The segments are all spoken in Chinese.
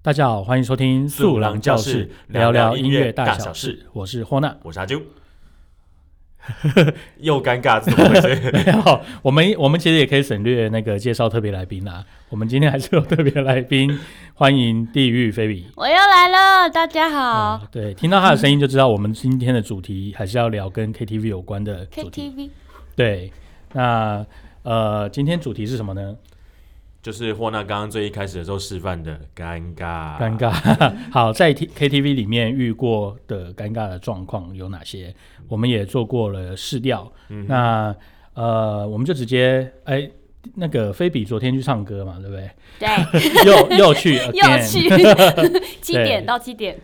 大家好，欢迎收听《素郎教室聊聊聊音音乐乐大大小小事事。我是霍娜。我是阿啾， 又尴尬，怎么回事？ 没有，我们我们其实也可以省略那个介绍特别来宾啦。我们今天还是有特别来宾， 欢迎地狱菲比。我又来了，大家好、嗯对，听到他的声音就知道我们今天的主题还是要聊跟 KTV 有关的主题。k t v 对，那呃，今天主题是什么呢？就是霍娜刚刚最一开始的时候示范的尴啊尴。尬，尬。 好，在 T KTV 里面遇过的尴尬的状况有哪些？我们也做过了试调。嗯那呃，我们就直接哎、那个菲比昨天去唱歌嘛，对不 对？对，又又去 又 again，去七点到七点，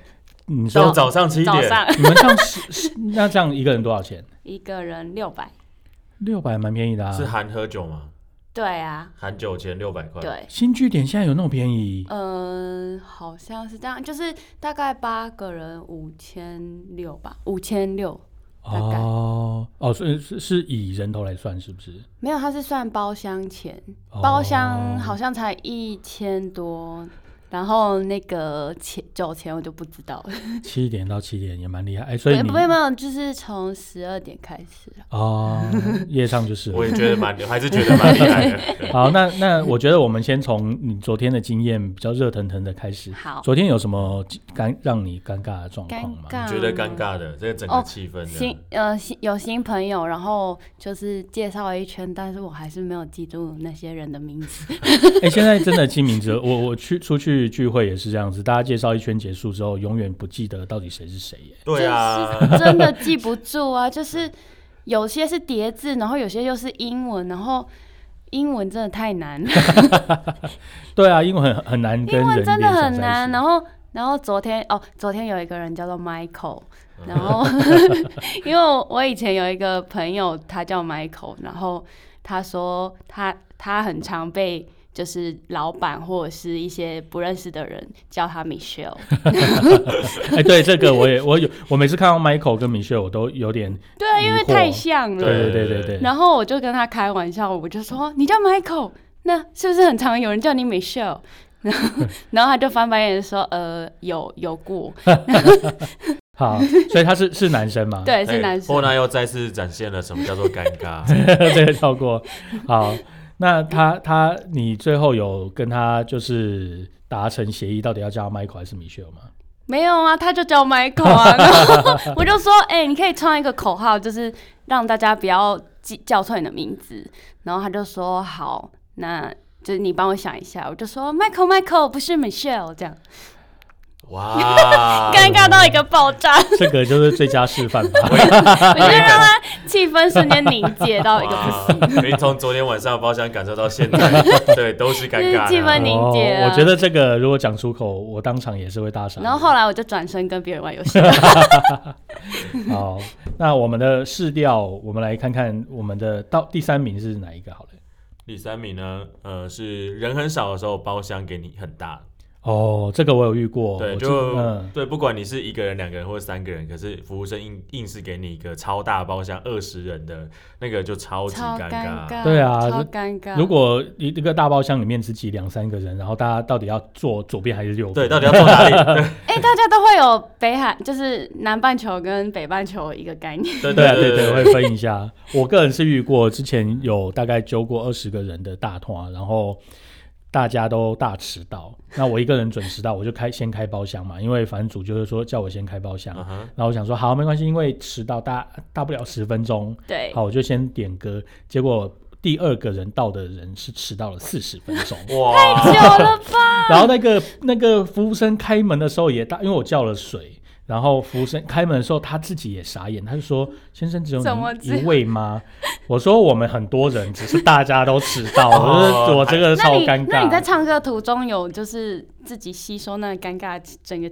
你到 说早上七早点，上你们唱十十那这样一个人多少钱？一个人六百，六百蛮便宜的啊是。含喝酒吗？对啊，含酒钱六百块，，对，新据点现在有那么便宜？嗯、好像是这样，就是大概八个人五千六吧，五千六，大概哦哦，所以是是以人头来算是不是？没有，它是算包厢钱，哦包厢好像才一千多。然后那个钱酒钱我就不知道了，七点到七点也蛮厉害，哎，所以不你 不没有，就是从十二点开始啊哦，夜唱就是 了我也觉得蛮，还是觉得蛮厉害的。对好，那那我觉得我们先从你昨天的经验比较热腾腾的开始。 好昨天有什么尴让你尴尬的状况吗？尴尬觉得尴尬的，这个整个哦气氛新的，呃新有新朋友，然后就是介绍了一圈，但是我还是没有记住那些人的名字。 哎、现在真的记名字，我 我去出去聚会也是这样子，大家介绍一圈结束之后，永远不记得到底谁是谁耶。对啊，就是真的记不住啊，就是有些是叠字，然后有些又是英文，然后英文真的太难，对啊，英文很很难跟啊英人文真的联想很在一起难。哦然后然后昨天哦，昨天有一个人叫 做 Michael，然后因为我我以前有一个朋友，他叫 Michael，然后他说他他很常被。就是老板或者是一些不认识的人叫他 Michelle，哎、对这个我也我有，我每次看到 Michael 跟 Michelle 我都有点对啊，因为疑惑太像了。对对对对对。然后我就跟他开玩笑，我就说你叫 Michael，那是不是很常有人叫你 Michelle？然 后然后他就翻白眼说，呃，有有过，好，所以他是是男生嘛？ 对，是哎男霍生。娜又再次展现了什么叫做尴尬。 这个跳过。好，那他他你最后有跟他就是达成协议，到底要叫他 Michael 还是 Michelle 吗？没有啊，他就叫 Michael 啊。然后我就说，哎、你可以创一个口号，就是让大家不要记叫错你的名字。然后他就说好，那就是你帮我想一下。我就说 Michael Michael 不是 Michelle 这样，哇，尴尬到一个爆炸。这个就是最佳示范吧。 我就让他气氛瞬间凝结到一个不行。哇，你从昨天晚上的包厢感受到现 在，对，都是尴尬的。就是气氛凝结啊哦我觉得这个如果讲出口，我当场也是会大傻眼。然后后来我就转身跟别人玩游戏。好，那我们的试调，我们来看看我们的到第三名是哪一个好了。第三名呢，呃，是人很少的时候，包厢给你很大，哦，这个我有遇过，对，我就、记嗯，对，不管你是一个人、两个人或者三个人，可是服务生硬硬是给你一个超大包厢，二十人的那个就超级超尴尴尬，对啊超尴尬。如果一一个大包厢里面只挤两三个人，然后大家到底要坐左边还是右边？对，到底要坐哪里？ 哎、大家都会有北海，就是南半球跟北半球一个概念。对对啊，对对对，会分一下。我个人是遇过，之前有大概揪过二十个人的大团，然后大家都大迟到，那我一个人准迟到，我就开先开包厢嘛，因为反正主就是说叫我先开包厢，嗯哼然后我想说好没关系，因为迟到大大不了十分钟，对，好我就先点歌，结果。第二个人到的人是迟到了四十分钟，哇，久了吧？ 然后那个那个服务生开门的时候也大，因为我叫了水，然后服务生开门的时候他自己也傻眼，他就说：“先生，只有怎么你只一位吗？”我说：“我们很多人，只是大家都迟到。”我哦说：“我这个那超你尴那你尬。在唱歌途中有就是自己吸收那尴尬整个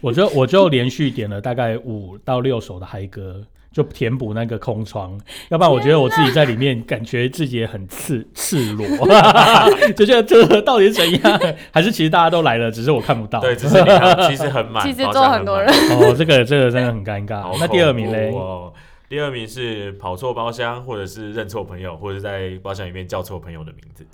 我就我就连续点了大概五到六首的嗨歌。就填补那个空窗，要不然我觉得我自己在里面感觉自己也很赤 赤裸，就觉得这个到底是怎样？还是其实大家都来了，只是我看不到。对，只是你看，其实很满，其实包坐厢很多满人，哦，这个这个真的很尴尬好。 那第二名嘞恐怖？哦第二名是跑错包厢，或者是认错朋友，或者在包厢里面叫错朋友的名字。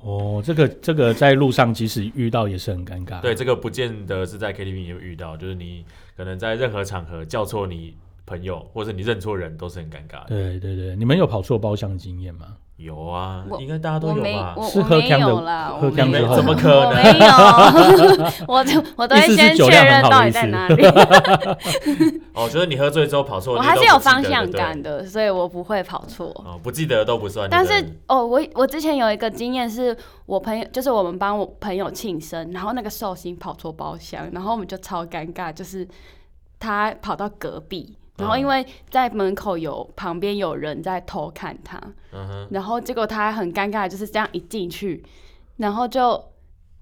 哦，这个这个在路上即使遇到也是很尴尬。对，，这个不见得是在 KTV 你会遇到，就是你可能在任何场合叫错你朋友，或者你认错人，都是很尴尬的。对对对，你们有跑错包厢的经验吗？ 有啊，我应该大家都我有没吧？我是我喝没呛的有啦，喝我呛没之有后怎么可能我没有， 我就我都意思是会先酒确量认很好的到底意在思哪里。 哦，就是你喝醉之后跑错，我你还都是不有记方得向对感的，所以我不会跑错。哦，不记得都不算。但对是不对哦，我我之前有一个经验，是我朋友，就是我们帮我朋友庆生，然后那个寿星跑错包厢，然后我们就超尴尬，就是他跑到隔壁，然后嗯因为在门口有旁边有人在偷看他，嗯 哼，然后结果他很尴尬，就是这样一进去，然后就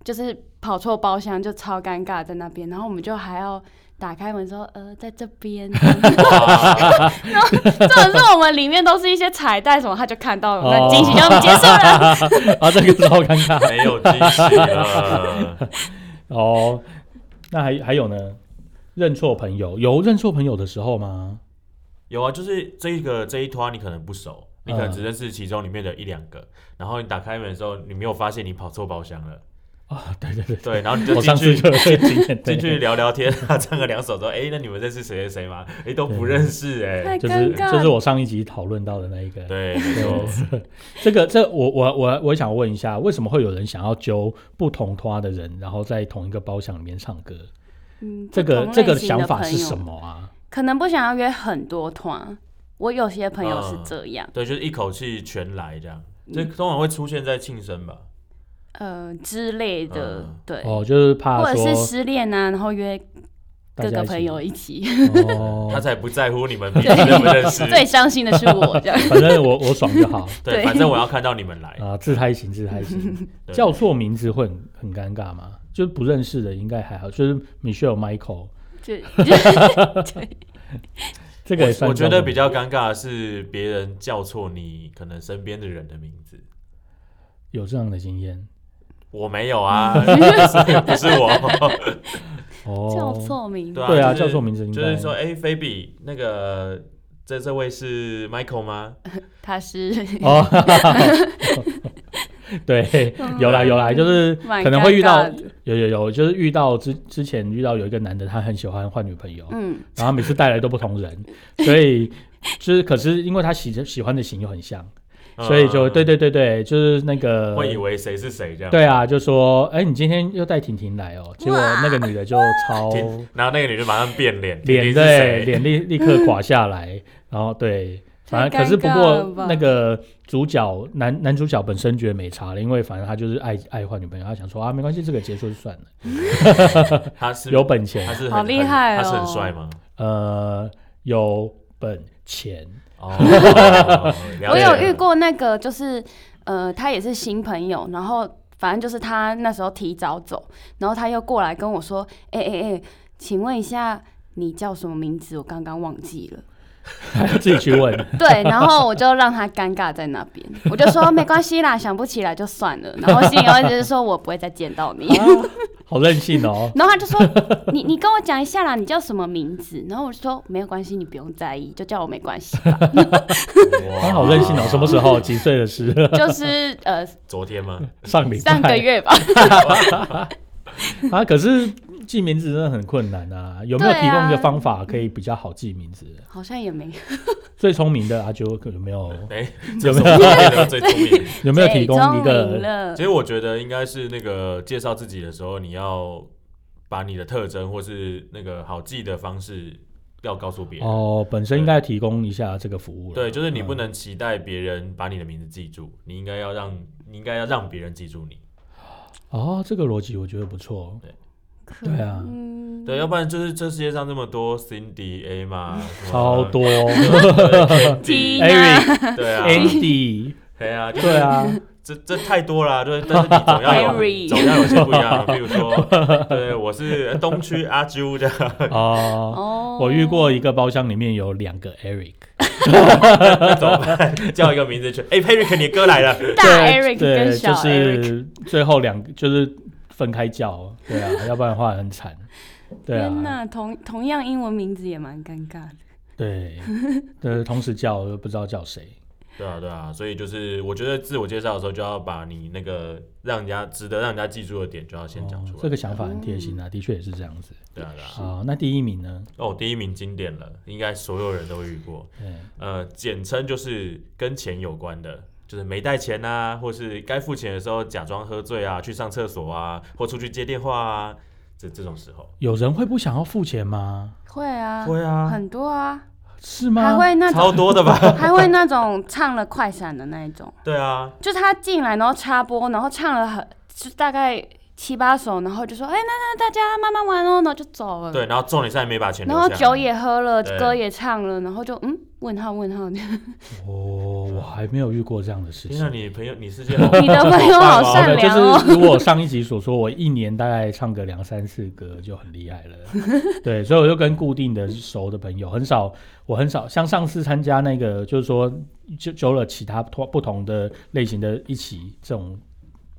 就是跑错包厢，就超尴尬在那边，然后我们就还要打开门说，呃，在这边， 哇这种是我们里面都是一些彩带什么，他就看到了，那哦惊喜就结束了。 啊，这个超尴尬。没有惊喜了。哦，那还还有呢？认错朋友有认错朋友的时候吗？有啊，就是这一个这一团你可能不熟，你可能只认识其中里面的一两个，然后你打开门的时候，你没有发现你跑错包厢了，啊，对对对，对，然后你就我进上次去就有这个经验，对进去聊聊天 啊，唱个两首之后，哎、那你们认识谁谁谁吗？哎、都不认识哎、太就是尴尬了就是我上一集讨论到的那一个。对，没错，这个这我我我我想问一下，为什么会有人想要揪不同团的人，然后在同一个包厢里面唱歌？嗯这个不同类这型的个想法是朋友什么啊？可能不想要约很多团，我有些朋友是这样，对，就是一口气全来这样，这通常会出现在庆生吧，呃之类的，嗯对，嗯哦，就是或怕者是说失恋啊，然后约大各家个一起朋友一起。 他哦，才不在乎你们 彼此认不认识，最伤心的是我 这样，反正我我爽就 好对，对反正我要看到你 们来，啊，自嗨型自嗨型， 对叫错名字会很很尴尬吗？就是不认识的应该还好，就是 Michelle Michael 就 就这个也我算我觉得比较较尴尬的是别人叫错你可能身边的人的名字。有这样的经验我没有啊，不是不是我，哦，叫错名字对。啊，对啊，就是叫错名字应该就是说，哎、菲比，那个这这位是 Michael 吗？他是哦，对，有啦有啦，就是蛮可能会遇到尴尬嗯的有有有，就是遇到之之前遇到有一个男的，他很喜欢换女朋友，嗯，然后他每次带来都不同 人，所以就是可是因为他喜喜欢的型又很像，所以就嗯对，对呃对对，就是那个会以为谁是谁这样。对啊，就说哎，你今天又带婷婷来哦，结果那个女的就 超婷，然后那个女的马上变脸，哦脸婷婷是对？谁脸立立刻垮下来，然后对，反正可是不太尴尬了过吧那 个主角男男主角本身觉得没差了，因为反正他就是爱爱换女朋友，他想说啊没关系，这个结束就算了，他是有，本钱他，是很好厉害很他是哦很帅吗？呃，有本钱， 哦，我了解有遇过那个，就是呃，他也是新朋友，然后反正就是他那时候提早走，然后他又过来跟我说：“哎哎哎，请问一下，你叫什么名字？我刚刚忘 记了。自己去问，”对，然后我就让他尴尬在那边，我就说没关系啦，想不起来就算了。然后心里一直说我不会再见到 你。好任性 哦，然后他就说：“你你跟我讲一下啦，你叫什么名字？”然后我就说：“没有关系，你不用在意，就叫我没关系吧。哇他好任性哦，什么时候几岁的事？” 就是呃，昨天吗？上礼上个拜月吧。 啊，可是记名字真的很困难啊，有没有对啊提供一个方法可以比较好记名字？好像也没有最聪明的阿九有没有哎，有这没是有我变得最聪明的。有没有提供一最聪明个？哎啊了其实我觉得应该是那个介绍自己的时候，你要把你的特征或是那个好记的方式要告诉别人。哦，本身应该提供一下这个服务了。对，就是你不嗯能期待别人把你的名字记住，你应该要让你应该要让别人记住你。哦，这个逻辑我觉得不错。可对啊，嗯，对，要不然就是这世界上这么多 Cindy A 嘛，什么超多 T Eric、对啊， Andy，对啊，就是对 啊，这这太多啦，对，但是你总要有 Harry 总要有些不一样的，比如说，对，我是东区阿啾这样，哦，哦，我遇过一个包厢里面有两个 Eric，怎么办？叫一个名字去，哎、佩瑞克，你的歌来了，大 Eric 跟对，小就 Eric，是最后两个就是分开叫，对 啊，要不然的话很惨。对天啊，哪，同同样英文名字也蛮尴尬的。 对，呃，同时叫又不知道叫谁。对啊，对啊，所以就是我觉得自我介绍的时候，就要把你那个让人家值得让人家记住的点，就要先讲出哦来。这个想法很贴心嗯啊，的确也是这样子。对啊，对啊。好，那第一名呢？哦，第一名经典了，应该所有人都遇过。对，呃，简称就是跟钱有关的，就是没带钱啊，或是该付钱的时候假装喝醉啊，去上厕所啊，或出去接电话啊，这这种时候。有人会不想要付钱吗？会啊，会啊，很多啊，是吗？还会那超种多的吧？还会那种唱了快闪的那一种， 对啊，就是他进来然后插播，然后唱了很就大概七八首，然后就说哎、那那大家慢慢玩哦，然后就走了。对，然后重点是还没把钱留然下后来。酒也喝了，对歌也唱了，然后就嗯，问号问号，你哦，我还没有遇过这样的事天啊，情。你朋友，你世 界好的朋友好好善的，就良哦。是如果上一集所说，我一年大概唱个两三次歌就很厉 害了。对，所以我就跟固定的熟的朋友很少，我很少像上次参加那个，就是说就揪了其他不同的类型的一起这种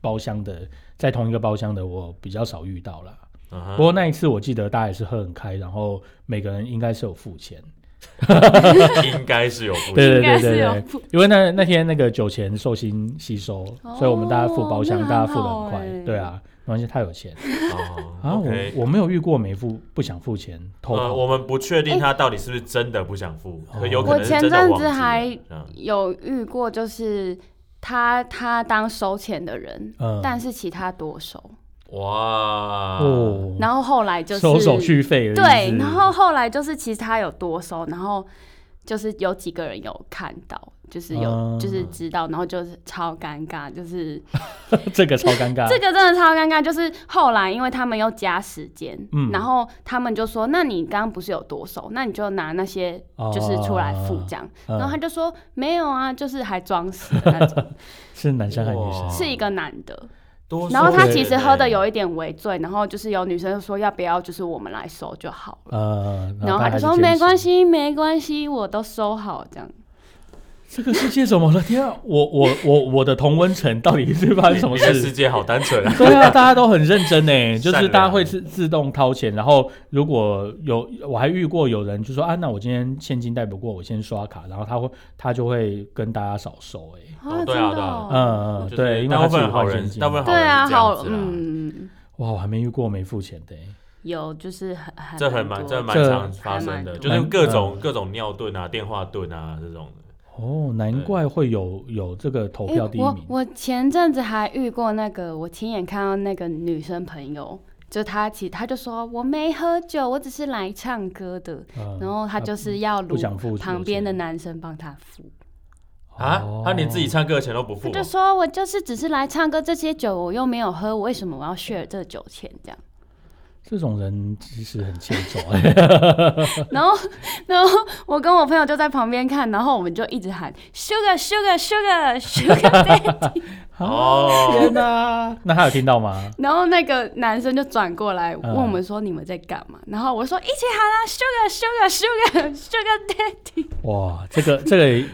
包厢的，在同一个包厢的，我比较少遇到啦。嗯啊哼不过那一次我记得大家也是喝很开，然后每个人应该是有付钱。 应该是有对不行。对应对该是对有对，因为那那天那个酒钱寿星吸收，哦所以我们大家付包厢，那很大家付的好很快。欸对啊，没关系，他有钱哦啊。我 OK 我没有遇过没付不想付钱偷呃，跑。我们不确定他到底是不是真的不想付，哦可有可能是真的我忘记前阵子了。还嗯有遇过就是他他当收钱的人，嗯但是其他多收，哇，哦，然后后来就是收手续费了。是对不，是然后后来就是其实他有多收，然后就是有几个人有看到，就是有、嗯就是知道，然后就是超尴尬，就是、 这个超尴尬。 这个真的超尴尬。就是后来因为他们又加时间，嗯然后他们就说，那你刚刚不是有多收，那你就拿那些就是出来付这样，嗯然后他就说没有啊，就是还装死的那种，是男生还是女哇生？是一个男的。哦多然后收他点其实欸喝的有一点微醉，然后就是有女生就说要不要就是我们来收就好了，呃，然后他大家就说是坚持没关。系没关系，我都收好这样。这个世界怎么了？天啊，我我我我的同温层到底是发生什么你 的世事？界好单纯啊！ 对啊，大家都很认真呢，就善是良大家会自自动掏钱，然后如果有我还遇过有人就说啊，那我今天现金带不过，我先刷卡，然后他会他就会跟大家少收哎，哦对真啊的对啊哦嗯嗯 就是对，因为大他部自己分好换人现金，大部分对好啊，人是好这样子啦嗯，哇，我还没遇过没付钱的欸，有就是很很这很蛮这多蛮这常发生的，还蛮就是各种嗯各种尿遁啊、电话遁啊这种的。哦，难怪会有有这个投诶票第一我名，我前阵子还遇过那个，我亲眼看到那个女生朋友，就她其她就说我没喝酒，我只是来唱歌的，嗯然后她就是要不想付撸酒旁边的钱男生帮她付，啊哦，他连自己唱歌的钱都不付她哦，就说我就是只是来唱歌，这些酒我又没有喝，我为什么我要 share 这酒钱这样？ 这种人其实很欠 揍欸，然后， 然后我跟我朋友就在旁边看，然后我们就一直喊 sugar sugar sugar sugar daddy 啊哦天哪，那他有听到吗？然后那个男生就转过来问嗯我们说你们在干嘛？然后我说一起喊啊 sugar sugar sugar sugar daddy。 哇，这个这个，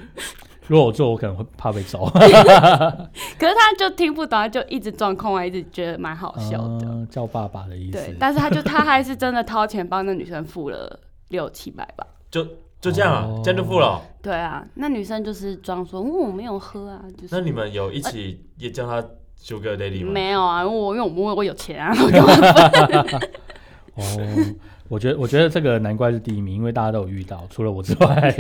如果我做，我可能会怕被 揍。啊可是他就听不懂，他就一直状况外，一直觉得蛮好笑的。嗯叫爸爸的意思。对，但是他就他还是真的掏钱帮那女生付了六七百吧。就就这样啊哦，这样就付了哦。对啊，那女生就是装说，嗯，我没有喝啊，就是那你们有一起也叫他 Sugar Daddy 吗？没有啊，我因为我我有钱啊， 哦，我觉得我觉得这个难怪是第一名，因为大家都有遇到，除了我之外。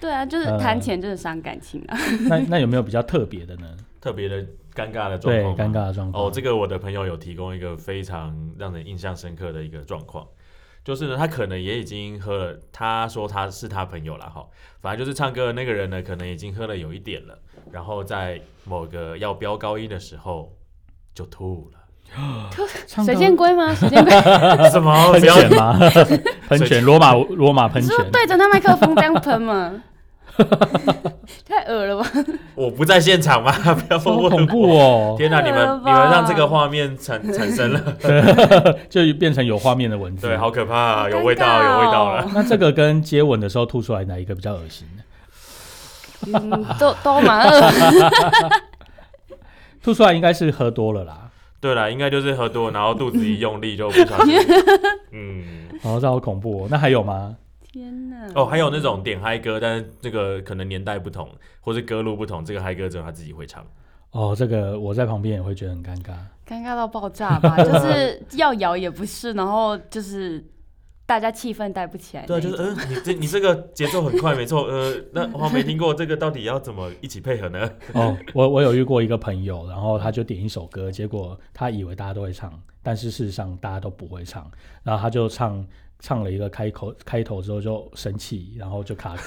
对啊，就是嗯呃谈钱就是伤感情啊。那那有没有比较特别的呢？特别的尴尬的状对，况吗，尴尬的状况。哦，这个我的朋友有提供一个非常让人印象深刻的一个状况，就是呢，他可能也已经喝了，他说他是他朋友啦，哈，反正就是唱歌的那个人呢，可能已经喝了有一点了，然后在某个要飙高音的时候就吐了，唱水到箭龟吗？水箭龟 什么？喷 不哦要泉吗？ 喷泉，罗马罗马喷是泉不是。对着那麦克风这样 喷嘛？太恶了吧！我不在现场吗？ 不要好 问恐我。怖哦！天哪、你太恶们了吧你们让这个画面产产生 了，就变成有画面的文字。对，好可怕、啊，好有尴味道，尬有味道哦了。那这个跟接吻的时候吐出来哪一个比较恶心？嗯，都都蛮恶。吐出来应该是喝多了啦。对了，应该就是喝 多，然后肚子一用力就不小心，嗯，哦，这好恐怖哦！那还有吗？天哪！哦，还有那种点嗨歌，但是这个可能年代不同，或是歌路不同，这个嗨歌只有他自己会唱。哦，这个我在旁边也会觉得很尴尬。 尴尬到爆炸 吧，就是要摇也不是，然后就是大家气氛带不起来对啊，那一就种。是嗯、呃你 这你这个节奏很快，没错，呃， 那我没听过这个，到底要怎么一起配合呢？哦，我我有遇过一个朋友，然后他就点一首歌，结果他以为大家都会唱，但是事实上大家都不会唱，然后他就唱唱了一个开口开头之后就生气，然后就卡歌。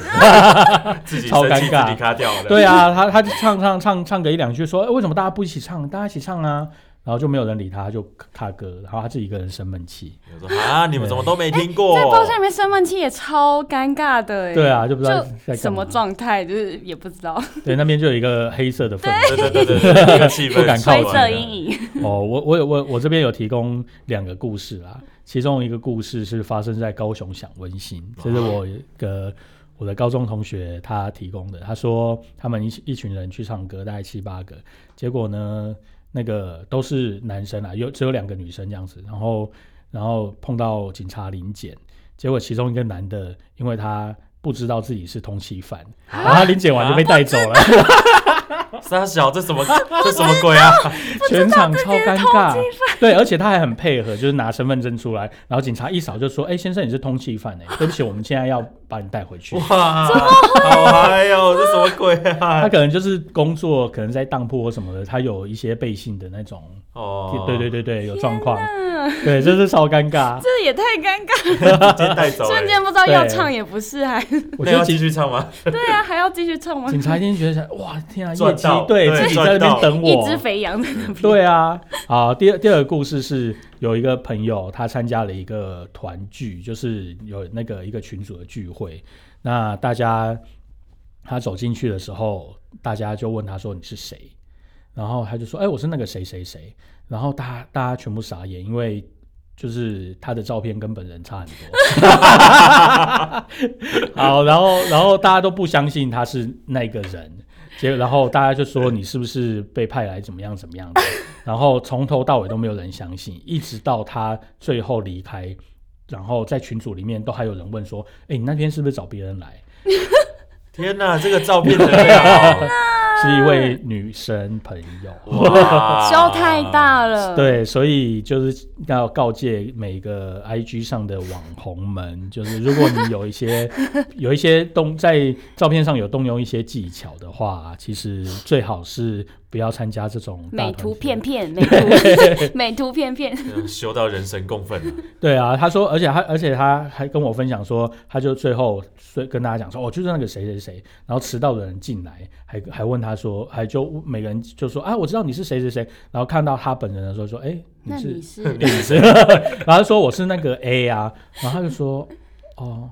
自己超生气尴尬自己卡掉了。对啊，他他就唱唱唱唱个一两句，说、哎为什么大家不一起唱？大家一起唱啊，然后就没有人理他，他就卡歌，然后他自己一个人生闷气。我说啊，你们怎么都没听过？在包哎厢里面生闷气也超尴尬的哎。对啊，就不知道就在什干么嘛。状态，就是也不知道。对，那边就有一个黑色的氛围。对对对对对，这个 气氛不敢靠是近灰完色了阴影， 哦，我我有我我这边有提供两个故事啦，其中一个故事是发生在高雄响温馨，这是我一个我的高中同学他提供的，他说他们一一群人去唱歌，大概七八个，结果呢那个都是男生啊，有只有两个女生这样子，然后然后碰到警察临检，结果其中一个男的因为他。不知道自己是通缉犯，然后他临检完就被带走了，傻小，这什么这什么 鬼啊？全场超尴尬，对，而且他还很配合，就是拿身份证出来，然后警察一扫就说：“哎、先生，你是通缉犯哎、对不起，我们现在要把你带回去。哇，好嗨哦，这什么鬼”他啊？可能就是工作，可能在当铺或什么的，他有一些背信的那种，哦，对对对对，有状况，嗯，对，这是超尴 尬。这也太尴尬，对，直接带走、瞬欸。间不知道要对唱也不是，还我那觉得要警继续唱 吗？对啊，还要继续唱吗？警察一定觉得哇，天啊，业赚绩到对对自己在那赚到边等一我，只肥羊在那边。对啊，好，第二第二个故事是有一个朋友，他参加了一个团聚，就是有那个一个群组的聚会，那大家他走进去的时候，大家就问他说你是谁，然后他就说哎、我是那个谁谁谁，然后大家大家全部傻眼，因为。就是他的照片跟本人差很多，好，然后然后大家都不相信他是那个人，结果然后大家就说你是不是被派来怎么样怎么 样的，然后从头到尾都没有人相信，一直到他最后离开，然后在群组里面都还有人问说，哎、你那天是不是找别人来？天哪，这个照片真的好是一位女生朋 友。哇，胸太。大了，，啊对，啊所以就是要告诫每个 IG 上的网红们，就是如果你有一 些有一些动在照片上有动用一些技巧的话，其实最好是不要参加这种大美团图体片片，美图 美图片片， 修到人神共愤了，对啊，他说，而且他，而且他还跟我分享说，他就最后所以跟大家讲说，哦，就是那个谁谁谁，然后迟到的人进来，还还问他说，还就每个人就说啊，我知道你是谁谁谁，然后看到他本人的时候说，哎，你那是你，是 你是谁？然后他说我是那个 A 啊，然后他就说，哦，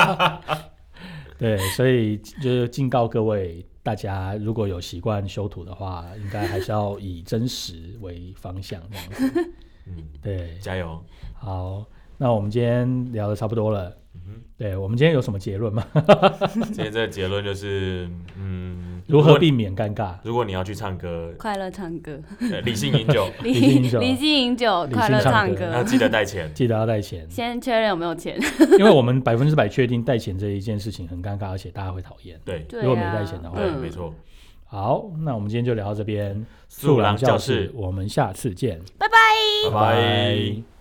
对，所以就是警告各位。大家如果有习惯修图的话，应该还是要以真实为方向这样子。嗯，对，加油！好，那我们今天聊的差不多了。嗯对，我们今天有什么结论 吗？哼今天这个结论就是，嗯，如如何果避免尴尬？如果你要去唱歌，快乐唱歌，呃理性饮 酒，理性饮酒理性饮酒，理性快乐唱唱歌那歌，，记得带钱。记得要带 钱先确认有没有钱。因为我们百分之百确定带钱这一件事情很尴尬，而且大家会讨厌。对对如果没啊带钱的话对，嗯没错。好，那我们今天就聊到这边。素郎教室嗯我们下次见，拜拜。